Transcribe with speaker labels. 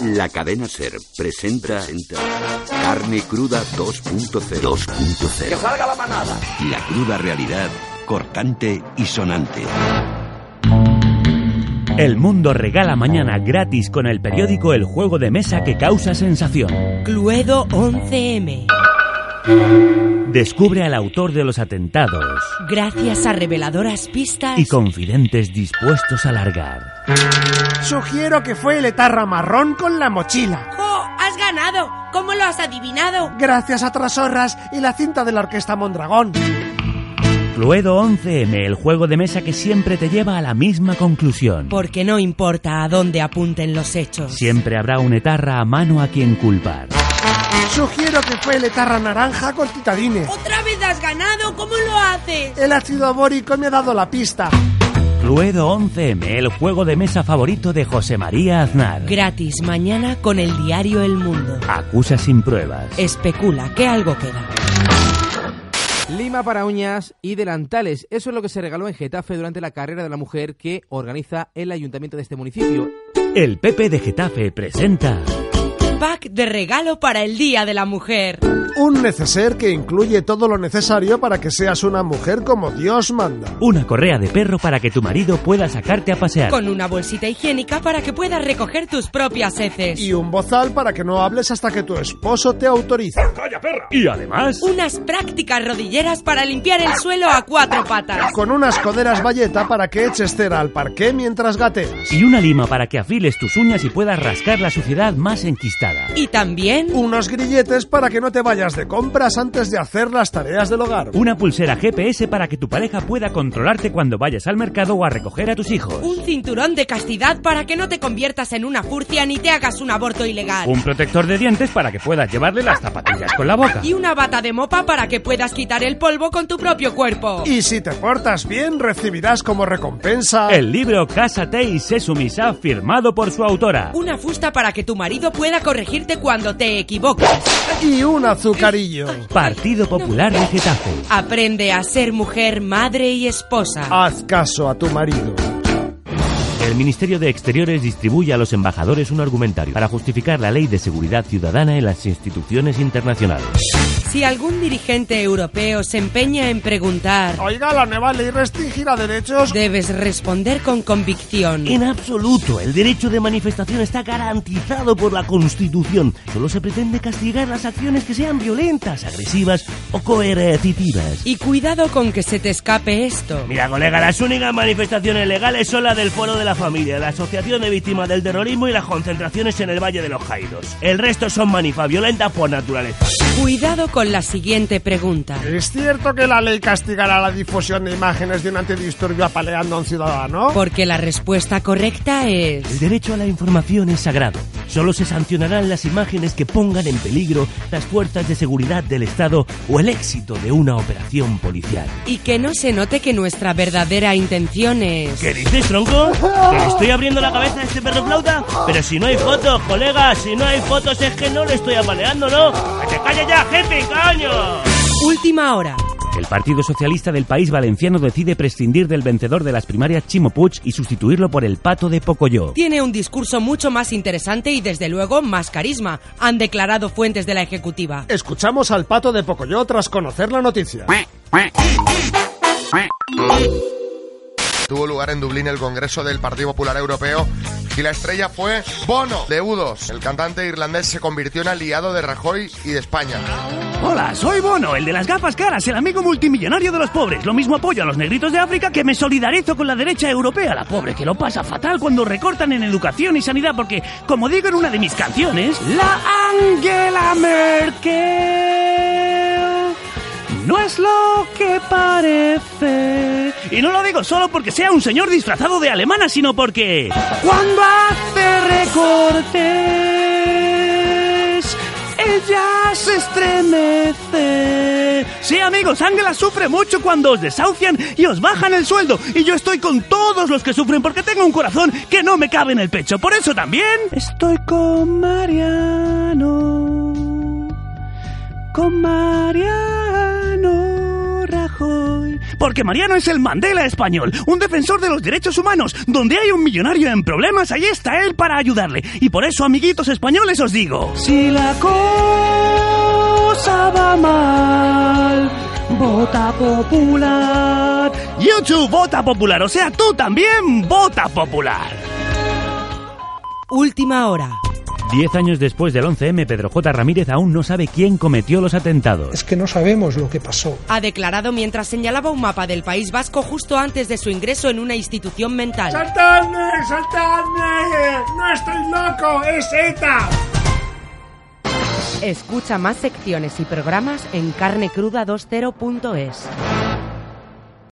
Speaker 1: La cadena Ser presenta, Carne Cruda 2.0. 2.0.
Speaker 2: ¡Que salga la manada!
Speaker 1: La cruda realidad, cortante y sonante.
Speaker 3: El mundo regala mañana gratis con el periódico El juego de mesa que causa sensación.
Speaker 4: Cluedo 11M.
Speaker 3: Descubre al autor de los atentados
Speaker 4: Gracias a reveladoras pistas.
Speaker 3: y confidentes dispuestos a largar.
Speaker 5: Sugiero que fue el etarra marrón con la mochila.
Speaker 4: ¡Jo! ¡Has ganado! ¿Cómo lo has adivinado?
Speaker 5: Gracias a Trasorras y la cinta de la orquesta Mondragón.
Speaker 3: Cluedo 11M, el juego de mesa que siempre te lleva a la misma conclusión.
Speaker 4: Porque no importa a dónde apunten los hechos.
Speaker 3: Siempre habrá un etarra a mano a quien culpar.
Speaker 5: Sugiero que fue el etarra naranja con titadines.
Speaker 4: ¡Otra vez has ganado! ¿Cómo lo haces?
Speaker 5: El ácido bórico me ha dado la pista.
Speaker 3: Cluedo 11M, el juego de mesa favorito de José María Aznar.
Speaker 4: Gratis mañana con el diario El Mundo.
Speaker 3: Acusa sin pruebas.
Speaker 4: Especula que algo queda.
Speaker 6: Lima para uñas y delantales. Eso es lo que se regaló en Getafe durante la carrera de la mujer que organiza el ayuntamiento de este municipio.
Speaker 3: El Pepe de Getafe presenta
Speaker 4: Pack de regalo para el Día de la Mujer.
Speaker 5: Un neceser que incluye todo lo necesario para que seas una mujer como Dios manda.
Speaker 3: una correa de perro para que tu marido pueda sacarte a pasear.
Speaker 4: Con una bolsita higiénica para que puedas recoger tus propias heces.
Speaker 5: Y un bozal para que no hables hasta que tu esposo te autorice.
Speaker 3: Y además,
Speaker 4: Unas prácticas rodilleras para limpiar el suelo a cuatro patas.
Speaker 5: Con unas coderas valleta para que eches cera al parqué mientras gateas.
Speaker 3: y una lima para que afiles tus uñas y puedas rascar la suciedad más enquistada.
Speaker 4: Y también
Speaker 5: Unos grilletes para que no te vayas de compras antes de hacer las tareas del hogar.
Speaker 3: Una pulsera GPS para que tu pareja pueda controlarte cuando vayas al mercado o a recoger a tus hijos.
Speaker 4: un cinturón de castidad para que no te conviertas en una furcia ni te hagas un aborto ilegal.
Speaker 3: Un protector de dientes para que puedas llevarle las zapatillas con la boca.
Speaker 4: Y una bata de mopa para que puedas quitar el polvo con tu propio cuerpo.
Speaker 5: Y si te portas bien, recibirás como recompensa...
Speaker 3: El libro Cásate y sé sumisa firmado por su autora.
Speaker 4: Una fusta para que tu marido pueda corregirte cuando te equivoques.
Speaker 5: Y un azucarillo.
Speaker 3: Partido Popular de Getafe.
Speaker 4: Aprende a ser mujer, madre y esposa.
Speaker 5: Haz caso a tu marido.
Speaker 3: El Ministerio de Exteriores distribuye a los embajadores un argumentario para justificar la ley de seguridad ciudadana en las instituciones internacionales.
Speaker 4: Si algún dirigente europeo se empeña en preguntar,
Speaker 5: Oiga, la nueva ley restringirá derechos...
Speaker 4: debes responder con convicción.
Speaker 7: En absoluto, el derecho de manifestación está garantizado por la Constitución. Solo se pretende castigar las acciones que sean violentas, agresivas o coercitivas.
Speaker 4: Y cuidado con que se te escape esto.
Speaker 7: Mira, colega, las únicas manifestaciones legales son las del Foro de la Familia, la Asociación de Víctimas del Terrorismo y las concentraciones en el Valle de los Caídos. El resto son manifas violentas por naturaleza.
Speaker 4: Cuidado con la siguiente pregunta.
Speaker 5: ¿Es cierto que la ley castigará la difusión de imágenes de un antidisturbio apaleando a un ciudadano?
Speaker 4: Porque la respuesta correcta
Speaker 7: El
Speaker 4: es...
Speaker 7: derecho a la información es sagrado. Solo se sancionarán las imágenes que pongan en peligro las fuerzas de seguridad del Estado o el éxito de una operación policial.
Speaker 4: Y que no se note que nuestra verdadera intención es...
Speaker 7: ¿Qué dices, tronco? ¿Que le estoy abriendo la cabeza a este perro flauta? Pero si no hay fotos, colega, si no hay fotos es que no le estoy apaleando, ¿no? ¡Que te calles ya, jefe, coño!
Speaker 4: Última hora.
Speaker 3: El Partido Socialista del País Valenciano decide prescindir del vencedor de las primarias Chimo Puig y sustituirlo por el pato de Pocoyo.
Speaker 4: Tiene un discurso mucho más interesante y desde luego más carisma, han declarado fuentes de la Ejecutiva.
Speaker 5: Escuchamos al pato de Pocoyo tras conocer la noticia.
Speaker 8: Tuvo lugar en Dublín el Congreso del Partido Popular Europeo y la estrella fue Bono de U2. El cantante irlandés se convirtió en aliado de Rajoy y de España.
Speaker 7: Hola, soy Bono, el de las gafas caras, el amigo multimillonario de los pobres. Lo mismo apoyo a los negritos de África que me solidarizo con la derecha europea, la pobre que lo pasa fatal cuando recortan en educación y sanidad, porque, como digo en una de mis canciones, la Angela Merkel no es lo que parece. Y no lo digo solo porque sea un señor disfrazado de alemana, sino porque... Cuando hace recortes, ella se estremece. Sí, amigos, Ángela sufre mucho cuando os desahucian y os bajan el sueldo. Y yo estoy con todos los que sufren porque tengo un corazón que no me cabe en el pecho. Por eso también estoy con Mariano con Mariano Rajoy. Porque Mariano es el Mandela español, un defensor de los derechos humanos. Donde hay un millonario en problemas, ahí está él para ayudarle. Y por eso, amiguitos españoles, os digo... Si la cosa va mal, vota popular. YouTube vota popular, o sea, tú también vota popular.
Speaker 4: Última hora.
Speaker 3: Diez años después del 11M, Pedro J. Ramírez aún no sabe quién cometió los atentados.
Speaker 2: Es que no sabemos lo que pasó.
Speaker 4: Ha declarado mientras señalaba un mapa del País Vasco justo antes de su ingreso en una institución mental.
Speaker 5: ¡Saltadme! ¡Saltadme! ¡No estoy loco! ¡Es ETA!
Speaker 4: Escucha más secciones y programas en carnecruda20.es.